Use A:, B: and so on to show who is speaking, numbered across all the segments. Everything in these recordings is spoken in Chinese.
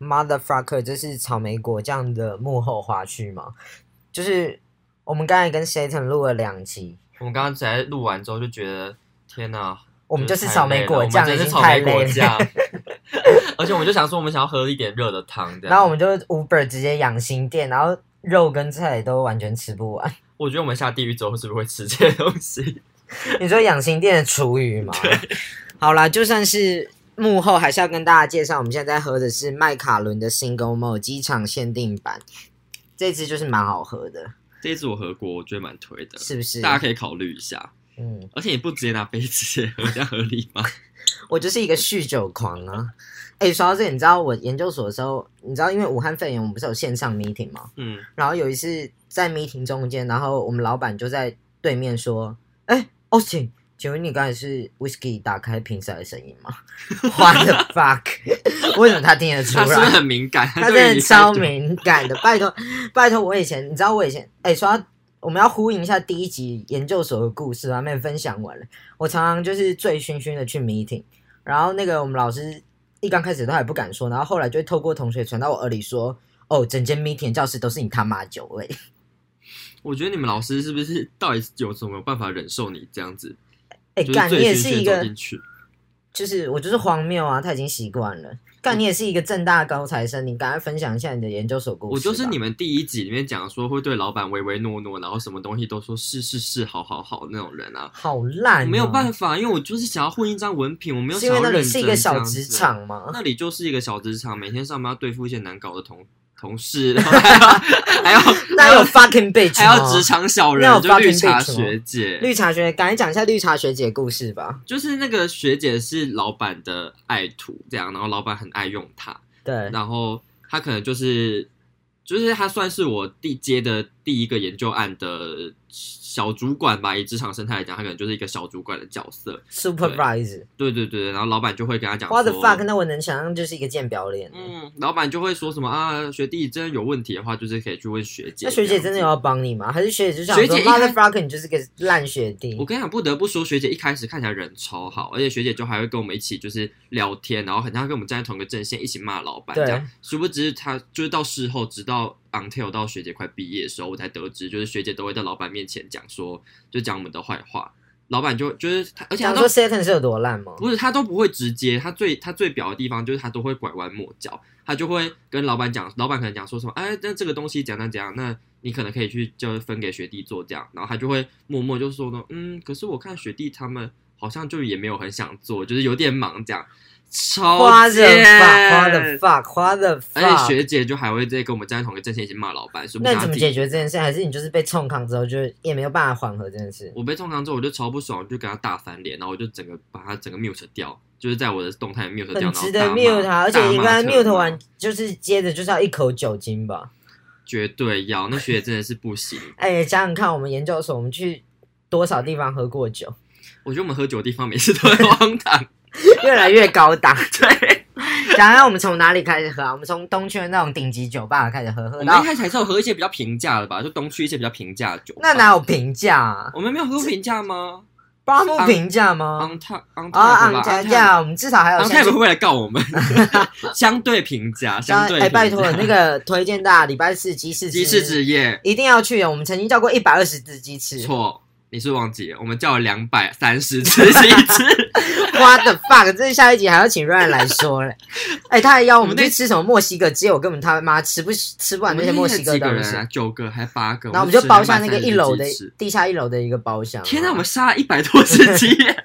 A: motherfucker，这是草莓果酱的幕后花絮吗？就是我们刚才跟 Satan 录了两集，
B: 我们刚刚才录完之后就觉得，天哪，
A: 我们就是
B: 太
A: 草莓
B: 累了
A: 果酱
B: 我们
A: 已
B: 真
A: 经
B: 是草
A: 太
B: 莓
A: 累
B: 果
A: 了，
B: 酱。而且我们就想说，我们想要喝一点热的汤，这样。
A: 然后我们就 Uber 直接养心店，然后肉跟菜都完全吃不完。
B: 我觉得我们下地狱之后是不是会吃这些东西？
A: 你说养心店的厨余吗？好啦，就算是幕后，还是要跟大家介绍，我们现在在喝的是麦卡伦的 Single Malt 机场限定版，这支就是蛮好喝的，
B: 这一支我喝过，我觉得蛮推的，
A: 是不是？
B: 大家可以考虑一下。
A: 嗯，
B: 而且你不直接拿杯直接喝，这样合理吗？
A: 我就是一个酗酒狂啊。哎、说到这，你知道我研究所的时候，你知道因为武汉肺炎，我们不是有线上 meeting 吗？
B: 嗯，
A: 然后有一次在 meeting 中间，然后我们老板就在对面说：“哎，Austin，请问你刚才是 whisky 打开瓶塞的声音吗？”What the fuck？为什么 他听得出
B: 他是不是
A: 来？
B: 很敏感？
A: 他
B: 对
A: 真的
B: 于态
A: 超
B: 度
A: 敏感 的，拜托拜托！我以前你知道我以前哎，说到我们要呼应一下第一集研究所的故事，我还没分享完了。我常常就是醉醺醺的去 meeting，然后那个我们老师一刚开始都还不敢说，然后后来就会透过同学传到我耳里说：“哦，整间 meeting 的教室都是你他妈的酒味。”
B: 我觉得你们老师是不是到底有什么办法忍受你这样子？
A: 哎、
B: 就是
A: 干你
B: 醉
A: 也
B: 醺
A: 是
B: 醺
A: 一
B: 走
A: 个，
B: 进去，
A: 就是我就是荒谬啊，他已经习惯了。干你也是一个正大高材生，你赶快分享一下你的研究所故事。
B: 我就是你，们第一集里面讲说会对老板唯唯诺诺，然后什么东西都说是是是，好好好那种人啊，
A: 好烂、
B: 我没有办
A: 法，
B: 法，因为我就是想要混一张文凭，我没有
A: 是
B: 想
A: 因为
B: 要
A: 那
B: 认
A: 里
B: 真。
A: 是一个小职，
B: 啊
A: 场吗？
B: 那里就是一个小职场，每天上班要对付一些难搞的同同事， 然后还要还要
A: 那 有 fucking bitch
B: 还要
A: 吗
B: 职场小
A: 那
B: 人，
A: 有
B: 就绿
A: fucking
B: 茶
A: bitch 吗
B: 学姐，
A: 绿茶学，赶紧讲一下绿茶学姐故事吧。
B: 就是那个学姐是老板的爱徒，这样，然后老板很爱用她。
A: 对，
B: 然后他可能就是就是他算是我第接的第一个研究案的小主管吧，以职场生态来讲，他可能就是一个小主管的角色。
A: supervise。
B: 对对对，然后老板就会跟他讲说
A: What the fuck？那我能想象就是一个贱不要脸。
B: 嗯，老板就会说什么啊，学弟真的有问题的话，就是可以去问学姐。
A: 那学姐真的有
B: 这样
A: 要帮你吗？还是学姐就想
B: 学
A: 说
B: 姐一开
A: mother fucker 你就是个烂学弟
B: 子？我跟你讲，不得不说，学姐一开始看起来人超好，而且学姐就还会跟我们一起就是聊天，然后很像跟我们站在同一个阵线，一起骂老板这样
A: 对。
B: 殊不知他就是到事后，直到 until 到学姐快毕业的时候，我才得知，就是学姐都会在老板面前讲说，就讲我们的坏话。老板就就是他，而且他
A: 想
B: 都
A: 说 Satan 是有多烂吗？
B: 不是他都不会直接，他最他最表的地方就是他都会拐弯抹角，他就会跟老板讲，老板可能讲说什么，哎，那这个东西怎样怎样，那你可能可以去就是分给学弟做这样，然后他就会默默就说呢，嗯，可是我看学弟他们好像就也没有很想做，就是有点忙这样，超
A: 花的
B: 贱
A: fuck，花的 fuck，花的
B: 而且
A: fuck。
B: 哎学姐就还会在跟我们站在同一个阵线一起骂老板，是不
A: 那
B: 是？
A: 你怎么解决这件事？还是你就是被冲康之后，就是也没有办法缓和这件事？
B: 我被冲康之后，我就超不爽，我就跟他大翻脸，然后我就整个把他整个 mute 掉，就是在我的动态 mute 掉，
A: 很
B: 然后
A: 值
B: 大
A: 得
B: 骂
A: mute 他，而且
B: 大
A: 你
B: 骂
A: 刚才
B: 特
A: mute
B: 骂
A: 完，就是接着就是要一口酒精吧？
B: 绝对要，那学姐真的是不行。
A: 哎，想想看，我们研究所我们去多少地方喝过酒，
B: 我觉得我们喝酒的地方每次都很荒唐。嗯
A: 越来越高档。
B: 对，
A: 想想我们从哪里开始喝啊？我们从东区的那种顶级酒吧开始喝，
B: 我
A: 喝
B: 们一
A: 到
B: 开始还是有喝一些比较平价的吧，就东区一些比较平价的酒吧。
A: 那哪有评价啊？
B: 我们没有喝过平价吗
A: 巴木评价吗？
B: ？On top on
A: 啊，嗯，
B: top 吧
A: 评
B: on
A: 价，我们至少还有
B: top
A: 先
B: 会
A: 去
B: 不会来告我们？ 相对平价，相对
A: 哎，拜
B: 平
A: 托
B: 价
A: 那 个推荐大家礼拜四鸡翅
B: 鸡翅之夜
A: 一定要去的。哦我们曾经叫过一百二十只鸡翅，
B: 错，你是忘记了，我们叫了两百三十只鸡翅，
A: 哇的 fuck！这下一集还要请 Ryan 来说嘞。哎、他还邀我们去吃什么墨西哥鸡，我根本他妈吃不吃不
B: 我
A: 完那些
B: 们
A: 墨
B: 那
A: 西
B: 天
A: 哥
B: 几个
A: 东
B: 人
A: 西。
B: 啊？九个还八个？
A: 然后我们
B: 吃
A: 就
B: 了
A: 包下那个
B: 230
A: 一楼啊的
B: 只鸡翅
A: 地下一楼的一个包厢。
B: 天哪，我们杀了一百多只 鸡耶！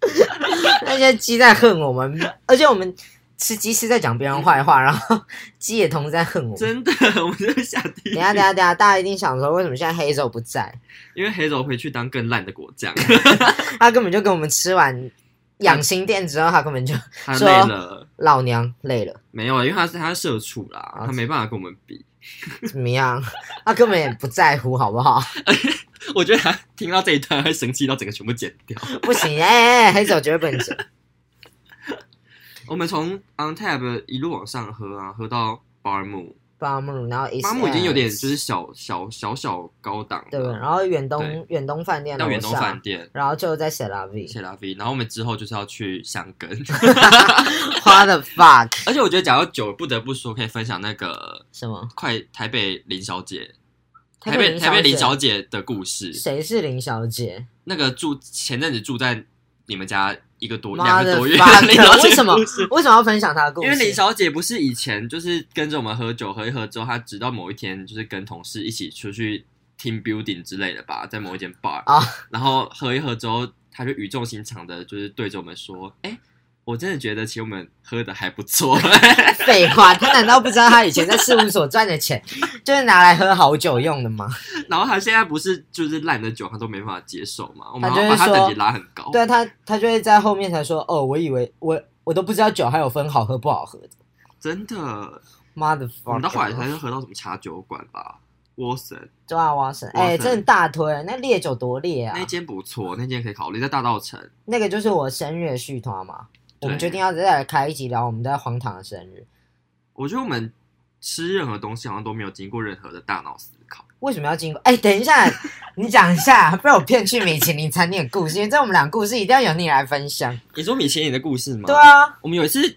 A: 那些鸡在恨我们， 而且我们吃鸡是在讲别人坏话，然后 鸡也同时在恨我们。
B: 真的，我们就 是下地狱。
A: 等一下等一下等一下，大家一定想说，为什么现在黑手不在？
B: 因为黑手回去当更烂的果 酱，
A: 他根本就跟我们吃完养心殿之后，他根本就
B: 他
A: 说
B: 累了，
A: 老娘累了，
B: 没有，因为他是他是社畜啦，
A: 啊
B: 他没办法跟我们比。
A: 怎么样？他根本也不在乎，好不好？
B: 我觉得他 听到这一段会生气到整个全部剪掉。
A: 不行，哎、哎，黑手绝对不能剪。
B: 我们从 on tap 一路往上喝啊，喝到 bar m o
A: 巴木，然后 East
B: 巴木已经有点
A: Alex，
B: 就是小小小小高档了，
A: 对不对？然后远东
B: 对
A: 远东饭店
B: 到
A: 楼
B: 远东饭
A: 下，
B: 店。
A: 然后就在 c e l a v i
B: 谢拉菲，然后我们之后就是要去香根，
A: 花的 fuck
B: 而且我觉得讲到酒，不得不说可以分享那个
A: 什么？
B: 快台北林小姐，
A: 台
B: 台
A: 北
B: 北台北林小
A: 姐，
B: 姐的故事，
A: 谁是林小姐？
B: 那个住前阵子住在你们家一个多
A: 妈
B: 两
A: 的
B: 个多月，
A: fuck，
B: 林小姐
A: 为什么
B: 故事
A: 为什么要分享她的故事？
B: 因为林小姐不是以前就是跟着我们喝酒喝一喝之后，她直到某一天就是跟同事一起出去 team building 之类的吧，在某一间 bar，、
A: 啊
B: 然后喝一喝之后，她就语重心长的，就是对着我们说：“哎、我真的觉得其实我们喝的还不错。
A: 废话，他难道不知道他以前在事务所赚的钱 就是拿来喝好酒用的吗？”
B: 然后她现在不是就是烂的酒她都没办法接受嘛，我们
A: 她就
B: 要
A: 是
B: 把她
A: 说
B: 等级拉很高。
A: 对啊，他他就会在后面才说，哦，我以为我我都不知道酒还有分好喝不好喝的，
B: 真的，
A: 妈的
B: 我们到后来才
A: ，fuck，
B: 是喝到什么茶酒馆吧。Watson
A: 抓啊哇塞，哎、
B: 哇塞
A: 真的大推，那烈酒多烈啊
B: 那！间不错，那间可以考虑在大道城。
A: 那个就是我生日的续团嘛，我们
B: 对
A: 决定要再来开一集聊我们在荒唐的生日，
B: 我觉得我们吃任何东西好像都没有经过任何的大脑思考。
A: 为什么要经过？哎、等一下， 你讲一下，被我骗去米其林餐厅的故事，因为这我们俩故事一定要由你来分享。
B: 你说米其林的故事吗
A: 对，啊，
B: 我们有一次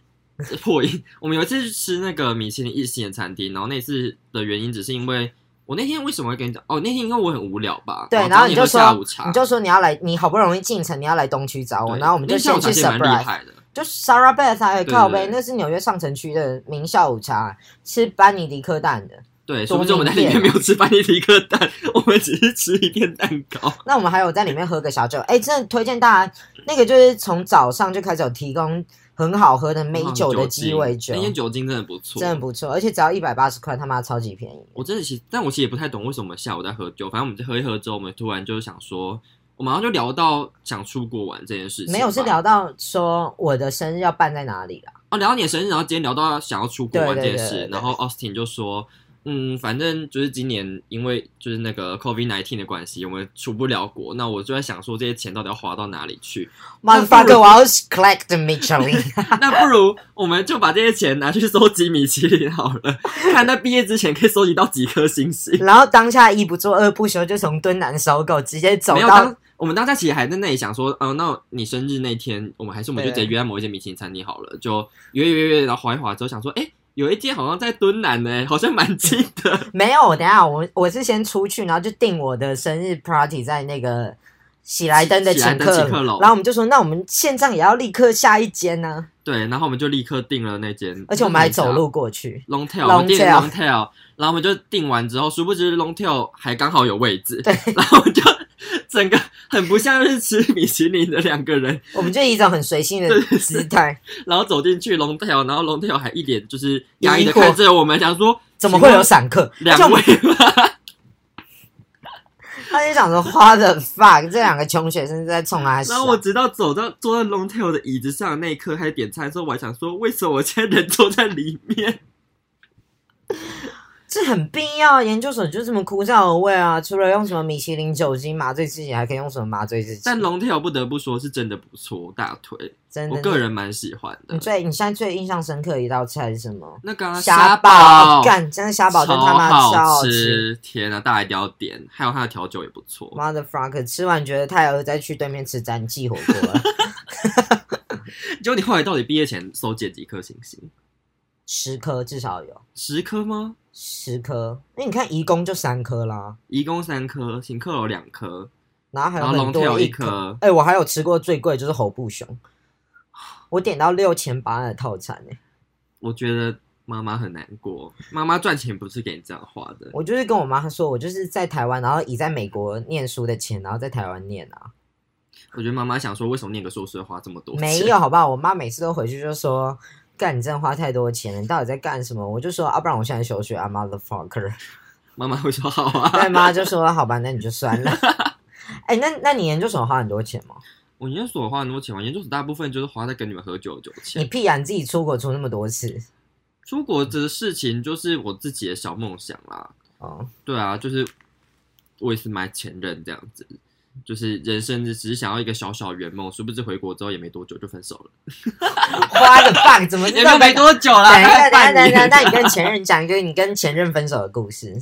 B: 破音，我们有一次去吃那个米其林一星的餐厅，然后那次的原因只是因为我那天为什么会跟你讲？哦，那天因为我很无聊吧，
A: 对，
B: 然
A: 然后
B: 找你
A: 就
B: 喝
A: 说
B: 下午，茶，
A: 你就说你要来，你好不容易进城，你要来东区找我，
B: 对
A: 然后我们就
B: 那下
A: 先
B: 午
A: 去
B: 茶其实蛮
A: surprise
B: 厉。害的，
A: 就 Sarah Beth 还有
B: 对
A: 靠背，
B: 对对
A: 那是纽约上城区的名下午茶，吃班尼迪克蛋的。
B: 对，
A: 多
B: 殊不知我们在
A: 面
B: 里
A: 店
B: 面没有吃班尼迪克蛋，我们只是吃一片蛋糕。
A: 那我们还有在里面喝个小酒，哎、真的推荐大家，那个就是从早上就开始有提供很好喝的美酒的鸡尾酒
B: 啊那，天酒精真的不错，
A: 真的不错，而且只要一百八十块，他妈超级便宜。
B: 我真的其实，但我其实也不太懂为什么我们下午在喝酒。反正我们就喝一喝之后，我们突然就想说，我马上就聊到想出国玩这件事情吧。
A: 没有是聊到说我的生日要办在哪里啦，
B: 哦，聊到你的生日，然后今天聊到想要出国玩这件事，
A: 对对对对对
B: 然后 Austin 就说，嗯，反正就是今年因为就是那个 COVID nineteen 的关系，我们出不了国。那我就在想说，这些钱到底要花到哪里去？
A: 妈
B: 那
A: 的
B: 不如
A: fucker，我要 collect Michelin，
B: 那不如我们就把这些钱拿去收集米其林好了，看在毕业之前可以收集到几颗星星。
A: 然后当下一不做二不休，就从敦南搜狗直接走
B: 没有
A: 到
B: 当我们当下其实还在那里想说，嗯、那你生日那天，我们还是我们就
A: 对
B: 直接约在某一间米其林餐厅好了，就约约约，然后划一划之后想说，哎、有一间好像在敦南呢、好像蛮近的。
A: 没有，等一下我我是先出去，然后就订我的生日 party 在那个喜来登的
B: 喜来
A: 请
B: 登
A: 客
B: 请客
A: 楼，
B: 楼
A: 然后我们就说，那我们线上也要立刻下一间呢、
B: 对，然后我们就立刻订了那间，
A: 而且我们还走路过去，
B: long tail，
A: Long
B: 我们订了
A: tail
B: long tail，然后我们就订完之后，殊不知 long tail 还刚好有位置，对，然后就 整个很不像是吃米其林的两个人，
A: 我们就以一种很随性的姿 态，
B: 然后走进去 long tail，然后 long tail 还一脸就是压抑的
A: 疑惑
B: 看着我们，想说
A: 怎么会有散客？而
B: 两
A: 且我
B: 位
A: 们
B: 吗？
A: 他就想说，花的 fuck，这两个穷学生在冲他笑
B: 然。后我直到走到坐在 long tail 的椅子上的那一刻开始点餐的时候，我还想说，为什么我现在人坐在里面？
A: 这很必要，研究所就这么枯燥而味啊！除了用什么米其林酒精麻醉自己，还可以用什么麻醉自己？
B: 但 long tail 不得不说是真的不错，大腿，
A: 真的，
B: 我个人蛮喜欢
A: 你
B: 的。
A: 最你现在最印象深刻的一道菜是什么？
B: 那个啊
A: 虾
B: 堡
A: 堡，干，真的虾堡真他妈超
B: 超好
A: 好吃。
B: 天啊，大家一定要点，还有它的调酒也不错。
A: 妈的 fuck！吃完觉得太饿，再去对面吃詹记火锅了，
B: 就你后来到底毕业前收集了几颗星星？
A: 十颗至少有
B: 十颗吗？
A: 十颗。因为你看，移工就三颗啦，
B: 一共三颗，请客有两颗，
A: 然后还有
B: 然后
A: 很
B: long tail
A: 多
B: 一
A: 颗。
B: 颗，
A: 哎、我还有吃过最贵的就是猴布熊，我点到六千八的套餐欸呢、
B: 我觉得妈妈很难过，妈妈赚钱不是给你这样花的。
A: 我就是跟我妈说，我就是在台湾，然后以在美国念书的钱，然后在台湾念啊，
B: 我觉得妈妈想说，为什么念个硕士要花这么多钱？
A: 没有，好不好？我妈每次都回去就说。干，你真的花太多钱了，你到底在干什么？我就说，啊，不然我现在休学啊，motherfucker。
B: 妈妈会说好啊。
A: 对妈就说：“好吧，那你就算了。”哎、那那你研究所花很多钱吗？
B: 我研究所花很多钱嘛，研究所大部分就是花在跟你们喝酒的酒
A: 你
B: 钱。
A: 屁啊呀、你自己出国出那么多次
B: 出国的事情就是我自己的小梦想啦。
A: 哦，
B: 对啊，就是我也是买前任这样子，就是人生只是想要一个小小圆梦，殊不知回国之后也没多久就分手了，
A: 花个棒，怎么知
B: 也
A: 道
B: 没没
A: 半
B: 多久啦，
A: 等一下，
B: 大概
A: 等一下，等一下，
B: 半年。
A: 那你 跟前任讲一个你跟前任分手的故事。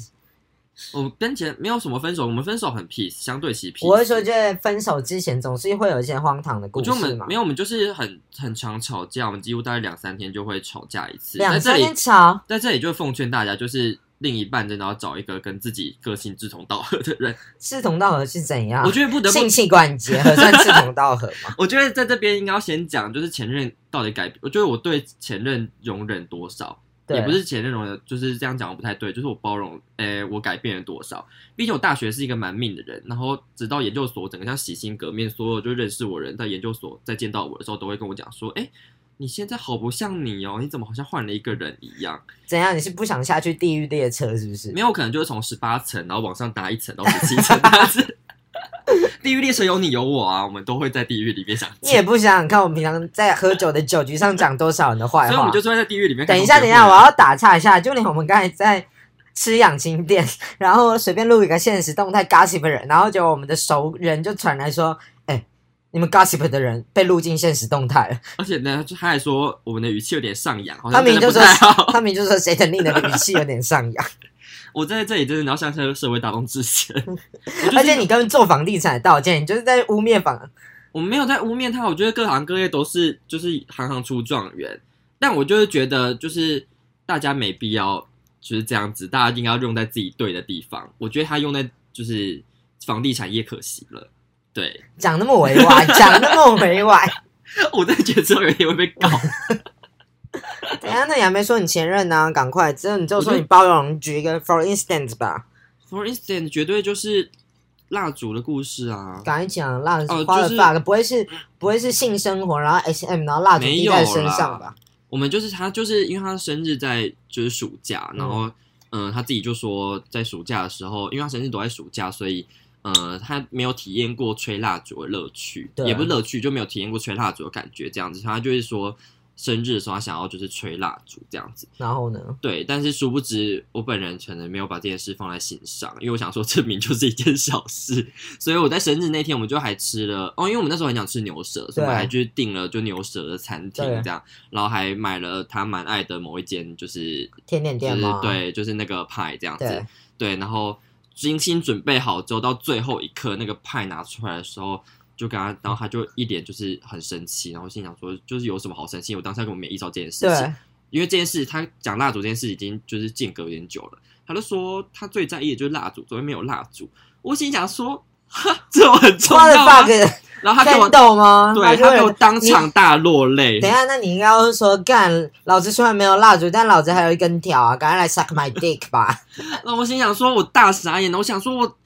B: 我跟前没有什么分手，我们分手很 peace，相对其 peace。
A: 我会说，就是分手之前总是会有一些荒唐的
B: 我
A: 故
B: 觉得我
A: 事
B: 们
A: 嘛
B: 没。有，我们就是很很常吵架，我们几乎大概两三天就会吵架一次。在
A: 两
B: 这
A: 三
B: 里
A: 天，吵，
B: 在这里就奉劝大家，就是另一半真的要找一个跟自己个性志同道合的人。
A: 志同道合是怎样？
B: 我觉得不得不
A: 性器官结合算志同道合吗？
B: 我觉得在这边应该要先讲，就是前任到底改，我觉得我对前任容忍多少，
A: 对，
B: 也不是前任容忍，就是这样讲不太对，就是我包容，诶、我改变了多少。毕竟我大学是一个蛮命的人，然后直到研究所，整个像洗心革面，所有就认识我的人在研究所在见到我的时候，都会跟我讲说，哎、你现在好不像你哦，你怎么好像换了一个人一样？
A: 怎样？你是不想下去地狱列车是不是
B: 没？有，可能就是从十八层，然后往上搭一层到十七层， 但是地狱列车有你有我啊，我们都会在地狱里面相
A: 你
B: 见。
A: 也不想想看我们平常在喝酒的酒局上讲多少人的坏
B: 所以我
A: 话
B: 们就。是会在地狱里面。
A: 等一下，等一下，
B: 啊
A: 我要打岔一下，就连我们刚才在。吃养心殿，然后随便录一个现实动态 gossip 的人，然后结果我们的熟人就传来说：“哎、你们 gossip 的人被录进现实动态了。
B: 而且呢，就他还说我们的语气有点上扬，好
A: 他
B: 像
A: 明明
B: 真的
A: 就说
B: 不太好。，
A: 他明明就说谁等你的语气有点上扬，
B: 我在这里真的你要向社社会大众致歉。我就
A: 嗯而且
B: 是
A: 你跟做房地产的道歉，你就是在污蔑房
B: 我没有在污蔑他，我觉得各行各业都是就是行行出状元，但我就是觉得就是大家没必要就是这样子，大家应该要用在自己对的地方。我觉得他用在就是房地产业可惜了。对，
A: 讲那么委婉，讲那么委婉。
B: 我真的觉得之后有一天会被 告。
A: 等一哎下，那你还没说你前任呢、赶快，之后你就
B: 我就
A: 说你包容，你举一个 for instance 吧，
B: For instance，绝对就是蜡烛的故事啊。
A: 赶快讲蜡烛
B: 哦
A: 花
B: 就
A: 了
B: 是
A: flag，、不会是不会是性生活，然后 S M，然后蜡烛
B: 没
A: 滴
B: 有
A: 在身
B: 啦
A: 上吧？
B: 我们就是他，就是因为他生日在就是暑假，
A: 嗯
B: 然后嗯、呃他自己就说在暑假的时候，因为他生日都在暑假，所以呃，他没有体验过吹蜡烛的乐趣，
A: 对
B: 也不是乐趣，就没有体验过吹蜡烛的感觉，这样子，他就是说生日的时候他想要就是吹蜡烛这样子，
A: 然后呢？
B: 对，但是殊不知我本人可能没有把这件事放在心上，因为我想说证明就是一件小事，所以我在生日那天我们就还吃了哦，因为我们那时候很想吃牛舌，所以我们还去订了就牛舌的餐厅
A: 对
B: 这样，然后还买了他蛮爱的某一间就是
A: 甜点
B: 就
A: 店
B: 是
A: 吗？
B: 对，就是那个派这样
A: 对
B: 子，对，然后精心准备好之后，到最后一刻那个派拿出来的时候。就跟他，然后他就一脸就是很生气，然后心想说，就是有什么好生气？我当下根本没意识到这件事情。
A: 对，
B: 因为这件事，他讲蜡烛这件事已经就是间隔有点久了。他就说他最在意的就是蜡烛，昨天没有蜡烛。我心想说，哈，这很重
A: 花了
B: 要吗？
A: flag
B: 然啊后他给我
A: 看，懂吗？
B: 对
A: 就
B: 他给
A: 有
B: 我当场大落泪。
A: 等一下，那你应该要说干，老子虽然没有蜡烛，但老子还有一根条啊，赶快来 suck my dick 吧。
B: 那我心想说，我大傻眼，我想说我。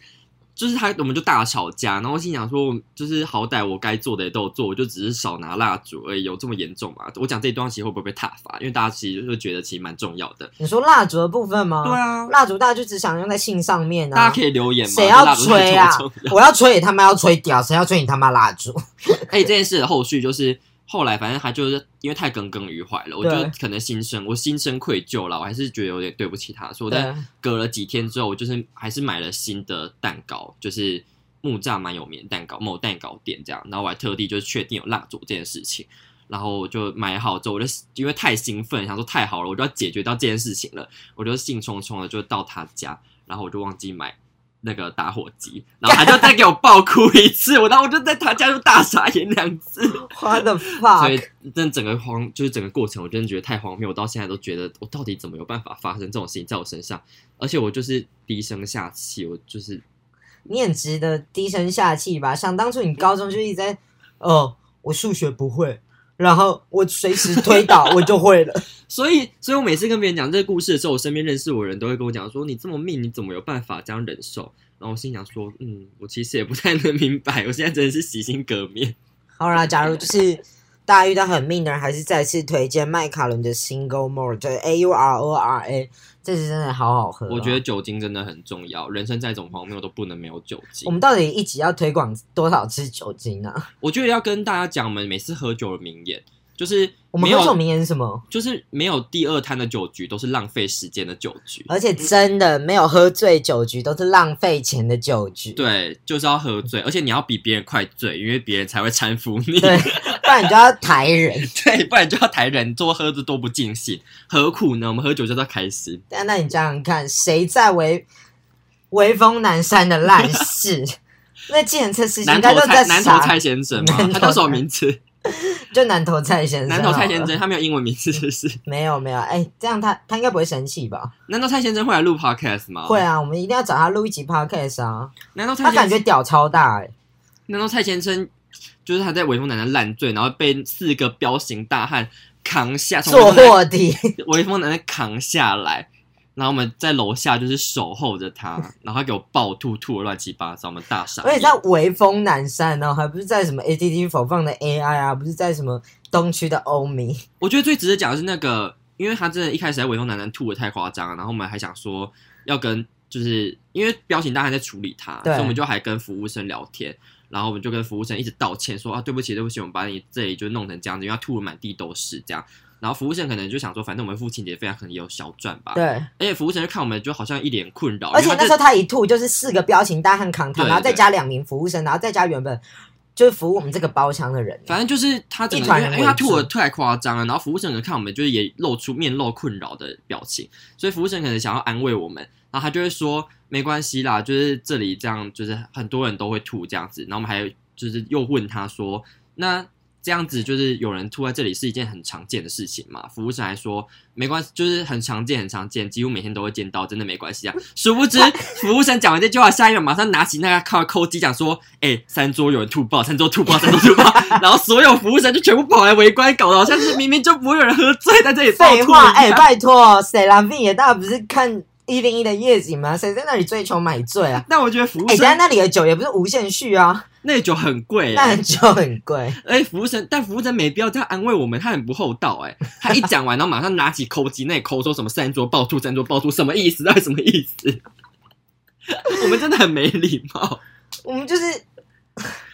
B: 就是他，我们就大吵架，然后我心想说，我就是好歹我该做的也都有做，我就只是少拿蜡烛而已，有这么严重吗？我讲这一段其实会不会被挞伐？因为大家其实就觉得其实蛮重要的。
A: 你说蜡烛的部分吗？
B: 对啊，
A: 哦蜡烛大家就只想用在性上面
B: 大
A: 啊
B: 家可。以留言吗？
A: 谁要
B: 蜡烛是
A: 吹啊
B: 多重要？
A: 我要吹也他妈要吹屌，谁要吹你他妈蜡烛？
B: 而哎且这件事的后续就是后来，反正他就是因为太耿耿于怀了，我就
A: 对
B: 可能心生我心生愧疚了，我还是觉得有点对不起他，所以我在
A: 对
B: 隔了几天之后，我就是还是买了新的蛋糕，就是木栅蛮有名的蛋糕某蛋糕店这样，然后我还特地就是确定有蜡烛这件事情。然后我就买好之后，我就因为太兴奋，想说太好了，我就要解决到这件事情了，我就兴冲冲的就到他家，然后我就忘记买那个打火机，然后他就再给我爆哭一次，我然后我就在他家就大傻眼两次，
A: What the
B: 所以
A: fuck？
B: 真的整个荒就是整个过程，我真的觉得太荒谬，我到现在都觉得我到底怎么有办法发生这种事情在我身上，而且我就是低声下气，我就是
A: 你很值得低声下气吧？想当初你高中就一直在，哦，我数学不会，然后我随时推倒我就会 了。
B: 所以，所以我每次跟别人讲这个故事的时候，我身边认识我的人都会跟我讲说：“你这么命，你怎么有办法这样忍受？”然后我心想说：“嗯，我其实也不太能明白，我现在真的是洗心革面。
A: 好啦，假如就是大家遇到很命的人，还是再次推荐麦卡伦的 Single More，就是 A U R O R A，这支真的好好喝、啊
B: 我觉得。酒精真的很重要，人生再怎么荒谬都不能没有酒精。
A: 我们到底一集要推广多少支酒精呢、啊
B: 我觉得要跟大家讲我们每次喝酒的名言，就是
A: 我们
B: 没有啊
A: 喝酒名言是什么？
B: 就是没有第二摊的酒局都是浪费时间的酒局，
A: 而且真的没有喝醉酒局都是浪费钱的酒局，
B: 对，就是要喝醉，而且你要比别人快醉，因为别人才会搀扶你，
A: 嗯对不然你就要抬人。
B: 对，不然就要抬人，多喝的多不尽兴，何苦呢？我们喝酒就是要开心，
A: 但那你想想看，谁在微微风南山的烂事？ 那计程车司机应
B: 南
A: 该
B: 头
A: 都在
B: 蔡南头
A: 傻
B: 蔡，先生嘛
A: 南，投
B: 他叫什么 名字？
A: 就南头蔡先生好了。
B: 南头蔡先生，他没有英文名字，是不是？
A: 没有没有，哎、这样他他应该不会生气吧？
B: 难道蔡先生会来录 podcast 吗？
A: 会。啊，我们一定要找他录一集 podcast 啊，
B: 难道蔡
A: 他
B: 先
A: 感觉屌超大哎、
B: 难道蔡先生就是他在微风南山烂醉，然后被四个彪形大汉扛下，从
A: 做卧 底，
B: 微风男的扛下来，然后我们在楼下就是守候着他， 然后他给我暴吐吐的乱七八糟，我们大傻眼。
A: 而且在微风南山呢，还不是在什么 ATT 否放的 AI 啊，不是在什么东区的欧米，
B: 我觉得最值得讲的是那个，因为他真的一开始在微风男男吐的太夸张了，然后我们还想说要跟，就是因为彪形大汉在处理他，
A: 对
B: 所以我们就还跟服务生聊天。然后我们就跟服务生一直道歉说啊，对不起，对不起，我们把你这里就弄成这样子，因为他吐的满地都是这样。然后服务生可能就想说，反正我们付清洁费，他可能也有小赚吧。
A: 对，
B: 而且服务生就看我们就好像一脸困扰，
A: 而
B: 因
A: 且
B: 为
A: 那
B: 他就
A: 时候他一吐就是四个彪形大汉扛他，
B: 对
A: 然后再
B: 对
A: 加两名服务生，然后再加原本就是服务我们这个包厢的人，
B: 反正就是他整
A: 一
B: 个，
A: 团
B: 因
A: 人
B: 为因为他
A: 围住
B: 吐的太夸张了，然后服务生可能看我们就是也露出面露困扰的表情，所以服务生可能想要安慰我们，然后他就会说没关系啦，就是这里这样，就是很多人都会吐这样子，然后我们还就是又问他说，那这样子就是有人吐在这里是一件很常见的事情嘛？服务生还说没关系，就是很常见，很常见，几乎每天都会见到，真的没关系啊。殊不知服务生讲完这句话，下一秒马上拿起那个靠扣机讲说：“哎、三桌有人吐爆，三桌吐爆，三桌吐爆。” 然后所有服务生就全部跑来围观，搞得好像是明明就不会有人喝醉，在这里爆
A: 废
B: 吐
A: 话，哎、
B: 一样。
A: 拜托，谁啦？毕业大不是看一零一的夜景吗？谁在那里追求买醉啊？
B: 但我觉得服务
A: 哎、
B: 生、
A: 但那里的酒也不是无限续啊，
B: 那酒很贵、
A: 那
B: 哎
A: 很酒很贵。
B: 哎、服务生，但服务生没必要这样安慰我们，他很不厚道哎、他一讲完，然后马上拿起抠机那里抠说什么三桌暴吐，三桌暴吐，什么意思？到底啊 什么意思？我们真的很没礼貌。
A: 我们就是，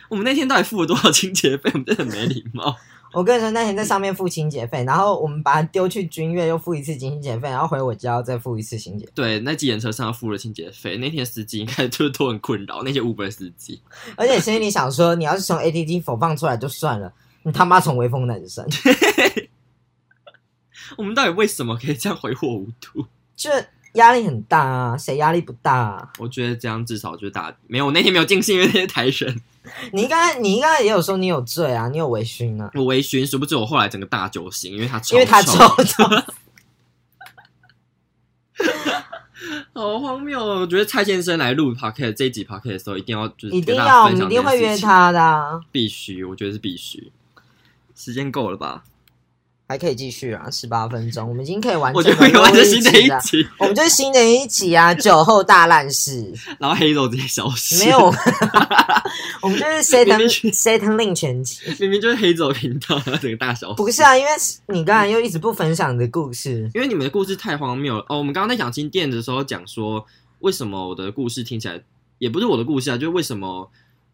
B: 我们那天到底付了多少清洁费？我们 真的很没礼貌。
A: 我跟你说，那天在上面付清洁费，然后我们把它丢去君悦，又付一次清洁费，然后回我家又再付一次清洁费。
B: 对，那计程车上付了清洁费，那天司机应该就是都很困扰，那些 Uber 司机。
A: 而且心里想说，你要是从 ATT 否放出来就算了，你他妈从微风男生，
B: 我们到底为什么可以这样挥霍无度？
A: 这压力很大啊，谁压力不大、 啊？
B: 我觉得这样至少就打没有，我那天没有尽兴，因为那些台人
A: 你应该，你应该也有说你有醉啊，你有微醺啊，
B: 我微醺，殊不知我后来整个大酒醒，因为他
A: 因为他
B: 臭
A: 抽，到。
B: 好荒谬哦！我觉得蔡先生来录 podcast 这一集 podcast 的时候，一定要就是
A: 一定
B: 跟大
A: 要，
B: 家
A: 我
B: 分
A: 们
B: 享
A: 一定
B: 这
A: 会
B: 件
A: 约
B: 事情，
A: 他的、啊，
B: 必须，我觉得是必须。时间够了吧？
A: 还可以继续啊，十八分钟，我们已经可以完
B: 我
A: 整
B: 觉
A: 地
B: 得会
A: 录
B: 完成
A: 一
B: 新的
A: 集
B: 一
A: 了。
B: 集，
A: 我们就是新的一集 啊，酒后大烂事，
B: 然后黑肉直接消失。
A: 没有，啊 我们就是 set
B: 明明
A: and set and 令全集，
B: 明明就是黑走频道，然后整个大小。
A: 不是啊，因为你刚才又一直不分享你的故 事，
B: 因为你们的故事太荒谬了哦。我们刚刚在讲金店的时候，讲说为什么我的故事听起来也不是我的故事啊，就是为什么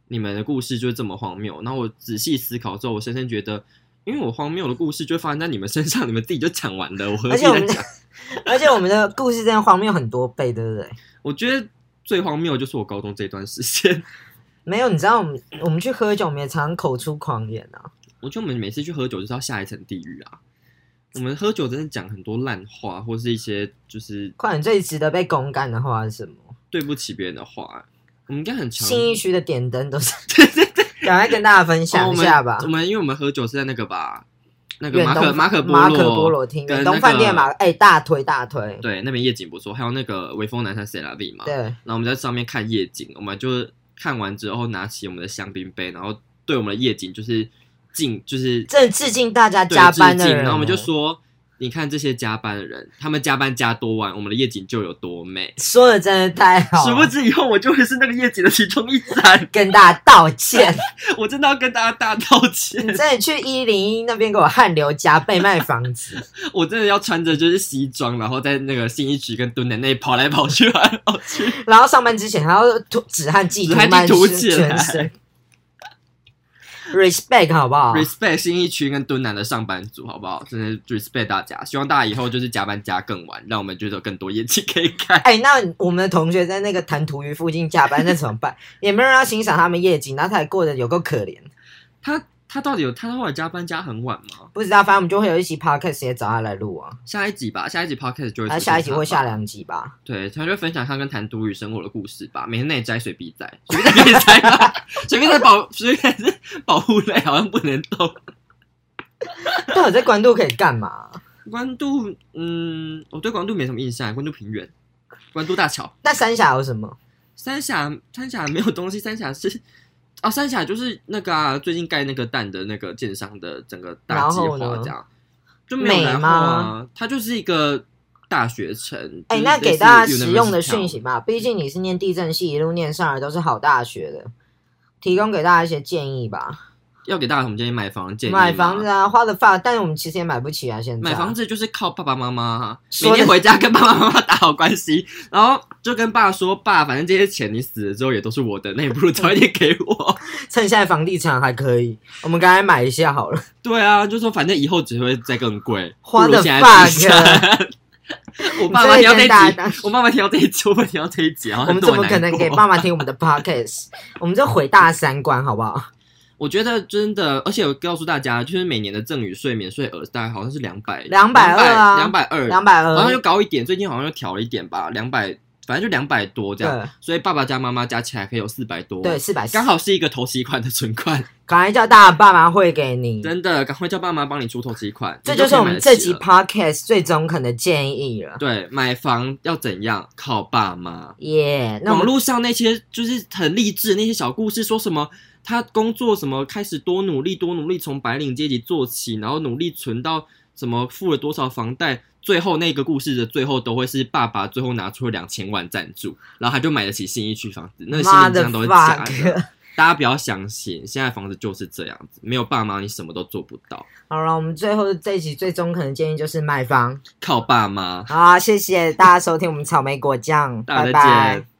B: 你们的故事就是这么荒谬。然后我仔细思考之后，我深深觉得，因为我荒谬的故事就发生在你们身上，你们自己就讲完了，我何
A: 而
B: 必
A: 且我
B: 再
A: 们的
B: 讲？
A: 而且我们的故事真的荒谬很多倍，对不对？
B: 我觉得最荒谬就是我高中这段时间，
A: 没有，你知道我们我们去喝酒，我们也常常口出狂言啊，
B: 我觉得我们每次去喝酒就是要下一层地狱啊。我们喝酒真的讲很多烂话，或是一些就是
A: 快点，最值得被公干的话是什么？
B: 对不起别人的话。我们应该很强
A: 新一区的点灯都 是，赶快跟大家分享一下吧。
B: 我们我们因为我们喝酒是在那个吧，那个
A: 远
B: 马
A: 东
B: 可马可
A: 马可
B: 波
A: 波罗厅，
B: 跟
A: 远
B: 那
A: 东
B: 个
A: 饭店嘛，哎、大推大推，
B: 对，那边夜景不错，还有那个微风南山 C L V 嘛。
A: 对，
B: 然后我们在上面看夜景，我们就看完之后拿起我们的香槟杯，然后对我们的夜景就是敬，就是
A: 这致敬大家
B: 对
A: 加班的
B: 致敬
A: 人，哦
B: 然后我们就说。你看这些加班的人，他们加班加多晚，我们的夜景就有多美。
A: 说的真的太好啊
B: 殊不
A: 了，
B: 知以后我就会是那个夜景的其中一盏，
A: 跟大家道歉，
B: 我真的要跟大家大道歉
A: 你。真的去一零一那边给我汗流浃背卖房 子，
B: 我真的要穿着就是西装，然后在那个信义区跟敦南那里跑来跑去，跑来跑去。
A: 然后上班之前还要涂止汗剂
B: 止
A: 涂
B: 汗剂
A: 满
B: 涂
A: 全
B: 起来
A: 全身。 respect 好不 好？
B: respect 新一区跟敦南的上班族，好不好？真的 respect 大家，希望大家以后就是加班加更晚，让我们觉得有更多业绩可以看。
A: 哎、那我们的同学在那个弹涂鱼附近加班，那怎么 办？也没有人要欣赏他们业绩，然后他也过得有够可怜。
B: 他他到底有他后来加班加很晚吗？
A: 不知道，反正我们就会有一期 podcast 也找他来录啊，
B: 下一集吧，下一集 podcast 就会
A: 啊，
B: 出现
A: 下一集
B: 他
A: 或
B: 吧
A: 下两集吧。
B: 对，他就分享他跟谈独语生活的故事吧。每天内摘水笔摘，水笔摘啊吧，水笔摘保水笔摘是保护类，好像不能动。
A: 到底在关渡可以干嘛？
B: 关渡，嗯，我对关渡没什么印象，关渡平原，关渡大桥，
A: 那三峡有什么？
B: 三峡，三峡没有东西，三峡是。啊、三峡就是那个、啊、最近盖那个蛋的那个建商的整个大
A: 然
B: 计
A: 后
B: 划，
A: 呢
B: 这样就没有
A: 美
B: 然后
A: 吗
B: 啊，它就是一个大学城。
A: 哎、
B: 就是
A: 那
B: 嗯类
A: 给
B: 似
A: 大家实用的
B: university
A: 讯息吧，毕竟你是念地震系，一路念上来都是好大学的，提供给大家一些建议吧。
B: 要给大家什么建议？买房建议吗？
A: 买房子啊，花的发，但是我们其实也买不起啊，现在
B: 买房子就是靠爸爸妈妈，
A: 说得
B: 每天回家跟爸爸妈妈打好 关系，然后就跟爸说：“爸，反正这些钱你死了之后也都是我的，那你不如早一点给我。
A: 趁现在房地产还可以，我们赶快买一下好了。”
B: 对啊，就说反正以后只会再更贵，
A: 花
B: 不
A: 的
B: 如现在
A: bug，
B: 自产 我爸妈
A: 你
B: 听
A: 真的
B: 到这
A: 跟
B: 一
A: 大
B: 集
A: 家，
B: 我爸妈听到这一集，我爸听到这一集，然后
A: 我们
B: 啊多
A: 怎么可
B: 难
A: 能
B: 过
A: 给爸？妈听我们的 podcast？我们就毁大三观好不好？
B: 我觉得真的，而且我告诉大家，就是每年的赠与税免税额大概好像是两百
A: 220啊
B: 两百二，
A: 两百
B: 好像
A: 二
B: 又，高一点，最近好像又调了一点吧，两百，反正就两百多这样。
A: 对
B: 所以爸爸加妈妈加起来可以有四百多，
A: 对，，四百，
B: 刚好是一个头期款的存款，
A: 赶快叫大家爸妈汇给你。
B: 真的，赶快叫爸妈帮你出头期款，
A: 这
B: 你就
A: 就是
B: 可以
A: 我
B: 买
A: 们
B: 得
A: 这
B: 起啊
A: 集
B: 了
A: podcast 最中肯的建议了。
B: 对，买房要怎样靠爸妈。
A: 耶、那我
B: 网
A: 们
B: 络上那些就是很励志的那些小故事，说什么他工作什么开始多努力多努力，从白领阶级做起，然后努力存到什么付了多少房贷，最后那个故事的最后都会是爸爸最后拿出了两千万赞助，然后他就买得起新一区房子，那新
A: 妈
B: 闻
A: 的
B: 上都是假
A: fuck
B: 的。大家不要相信，现在房子就是这样子，没有爸妈你什么都做不到，
A: 好了，我们最后这一集最中肯的建议就是买房。
B: 靠爸妈。
A: 好啊，谢谢大家收听我们草莓果酱，
B: 大
A: 拜
B: 家再
A: 拜
B: 见。。